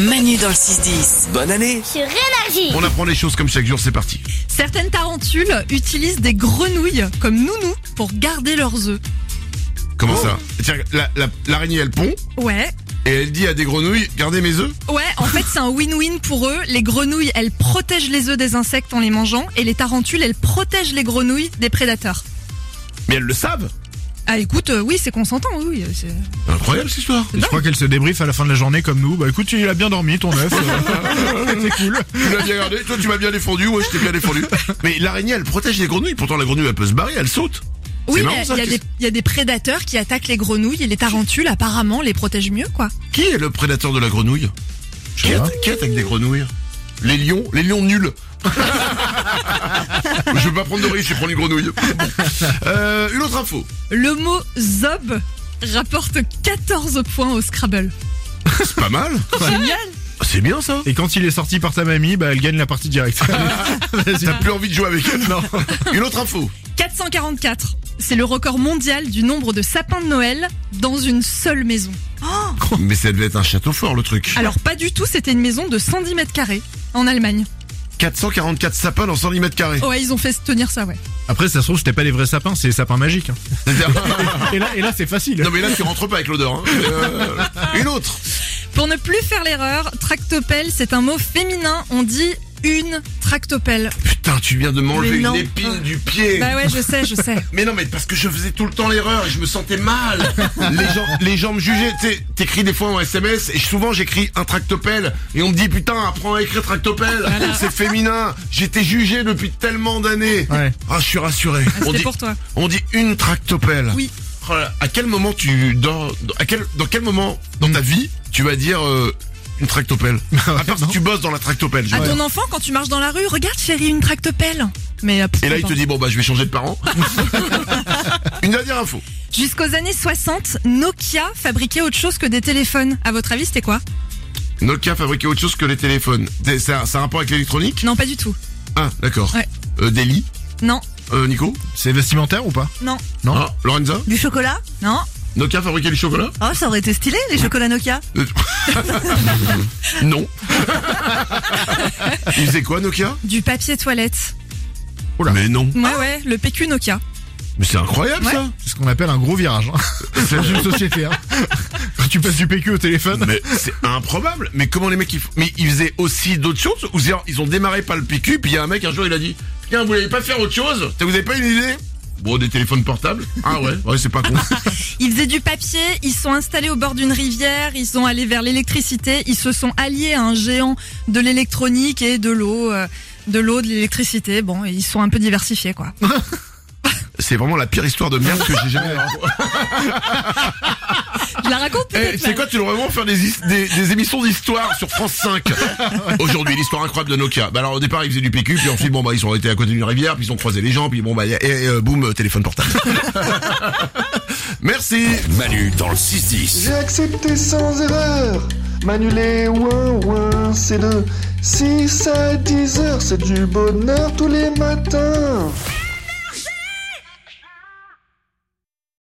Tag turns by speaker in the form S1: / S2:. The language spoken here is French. S1: Manu dans le 6-10.
S2: Bonne année
S3: sur Énergie.
S2: On apprend les choses comme chaque jour, c'est parti.
S4: Certaines tarentules utilisent des grenouilles comme nounou pour garder leurs œufs.
S2: Comment ça Tiens, la- la- L'araignée, elle pond
S4: Ouais.
S2: et elle dit à des grenouilles, gardez mes œufs.
S4: Ouais, en fait, c'est un win-win pour eux. Les grenouilles, elles protègent les œufs des insectes en les mangeant et les tarentules, elles protègent les grenouilles des prédateurs.
S2: Mais elles le savent.
S4: Ah écoute, euh, oui, c'est consentant, oui. euh, c'est-
S2: Incroyable cette histoire.
S5: Et je crois qu'elle se débriefe à la fin de la journée comme nous. Bah écoute, il a bien dormi ton œuf. C'était cool.
S2: Tu m'as bien gardé, toi tu m'as bien défendu, moi je t'ai bien défendu. Mais l'araignée, elle protège les grenouilles. Pourtant la grenouille, elle peut se barrer, elle saute.
S4: Oui,
S2: C'est marrant,
S4: mais
S2: ça,
S4: il y, a
S2: qu'est-ce-
S4: des- il y a des prédateurs qui attaquent les grenouilles et les tarentules, apparemment, les protègent mieux, quoi.
S2: Qui est le prédateur de la grenouille qui, atta- qui attaque des grenouilles Les lions Les lions nuls Je vais pas prendre de risque, je vais prendre une grenouille. Euh, une autre info.
S4: Le mot zob rapporte 14 points au Scrabble.
S2: C'est pas mal.
S4: Génial
S2: C'est bien ça.
S5: Et quand il est sorti par sa mamie, bah elle gagne la partie directe. Vas-y.
S2: T'as plus envie de jouer avec elle Non. Une autre info.
S4: 444. C'est le record mondial du nombre de sapins de Noël dans une seule maison.
S2: Mais ça devait être un château fort le truc.
S4: Alors pas du tout, c'était une maison de 110 mètres carrés en Allemagne. Oh
S2: 444 sapins dans 110 mètres carrés.
S4: Ouais, ils ont fait se tenir ça, ouais.
S5: Après, ça se trouve, c'était pas des vrais sapins, c'est des sapins magiques. hein. Et là, et là c'est facile.
S2: non mais là tu rentres pas avec l'odeur. hein. Euh, une autre.
S4: Pour ne plus faire l'erreur, tractopelle, c'est un mot féminin. On dit une tractopelle.
S2: Putain, tu viens de
S4: Mais
S2: m'enlever une
S4: non.
S2: épine du pied.
S4: Bah ouais, je sais, je sais.
S2: Mais non, mais parce que je faisais tout le temps l'erreur et je me sentais mal. les gens, les gens me jugeaient. Tu sais, T'écris des fois en SMS et souvent j'écris un tractopelle et on me dit putain, apprends à écrire tractopelle. C'est féminin. J'étais jugé depuis tellement d'années.
S5: Ouais.
S2: Ah, je suis rassuré.
S4: Ah,
S2: on
S4: C'était
S2: dit,
S4: pour toi.
S2: on dit une tractopelle.
S4: Oui.
S2: Oh là là, à quel moment tu dans, dans- à quel dans quel moment dans ta vie tu vas dire euh, une tractopelle
S4: Ah
S2: À part si tu bosses dans la tractopelle. je
S4: À
S2: veux dire.
S4: ton enfant, quand tu marches dans la rue, regarde chérie, une tractopelle. Mais euh, pff,
S2: Et là il te
S4: pardon.
S2: dit bon bah je vais changer de parent. une dernière info.
S4: Jusqu'aux années 60, Nokia fabriquait autre chose que des téléphones. À votre avis, c'était quoi
S2: Nokia fabriquait autre chose que les téléphones. C'est- Ça, ça a un rapport avec l'électronique
S4: Non, pas du tout.
S2: Ah, d'accord.
S4: Ouais.
S2: Euh, des lits
S4: Non,
S2: Euh, Nico
S5: C'est vestimentaire ou pas
S4: non,
S5: Non.
S2: Ah, Lorenza
S6: Du chocolat
S4: non.
S2: Nokia fabriquait du chocolat
S6: Oh, ça aurait été stylé, les chocolats Nokia.
S2: Euh, Non. Ils faisaient quoi Nokia
S4: Du papier toilette.
S2: Mais non.
S6: Ah.
S4: Ouais, ouais, le PQ Nokia.
S2: Mais c'est incroyable
S4: Ouais.
S2: ça
S5: C'est ce qu'on appelle un gros virage. Hein.
S2: C'est-
S5: Dans une société. Hein. Quand tu passes du PQ au téléphone.
S2: Mais c'est improbable. Mais comment les mecs ils font Mais ils faisaient aussi d'autres choses ou c'est- ils ont démarré par le PQ puis il y a un mec un jour il a dit "Putain, vous n'allez pas faire autre chose Vous avez pas une idée Bon, des téléphones portables Ah ouais, ouais, c'est pas con.
S4: Ils faisaient du papier, ils sont installés au bord d'une rivière, ils sont allés vers l'électricité, ils se sont alliés à un géant de l'électronique et de l'eau, euh, de l'eau, de l'électricité. Bon, ils sont un peu diversifiés, quoi.
S2: C'est vraiment la pire histoire de merde que j'ai jamais
S4: Je la raconte
S2: Eh,
S4: peut-être.
S2: tu sais
S4: mais-
S2: quoi, tu devrais vraiment faire des, his- des, des émissions d'histoire sur France 5. Aujourd'hui, l'histoire incroyable de Nokia. Bah alors au départ, ils faisaient du PQ, puis ensuite, bon bah ils sont été à côté d'une rivière, puis ils ont croisé les gens, puis bon bah et, boum, euh, téléphone portable. Merci.
S7: Manu dans le 6-10.
S8: J'ai accepté sans erreur. M'annuler, ouin ouin, c'est de 6 à 10 heures, c'est du bonheur tous les matins.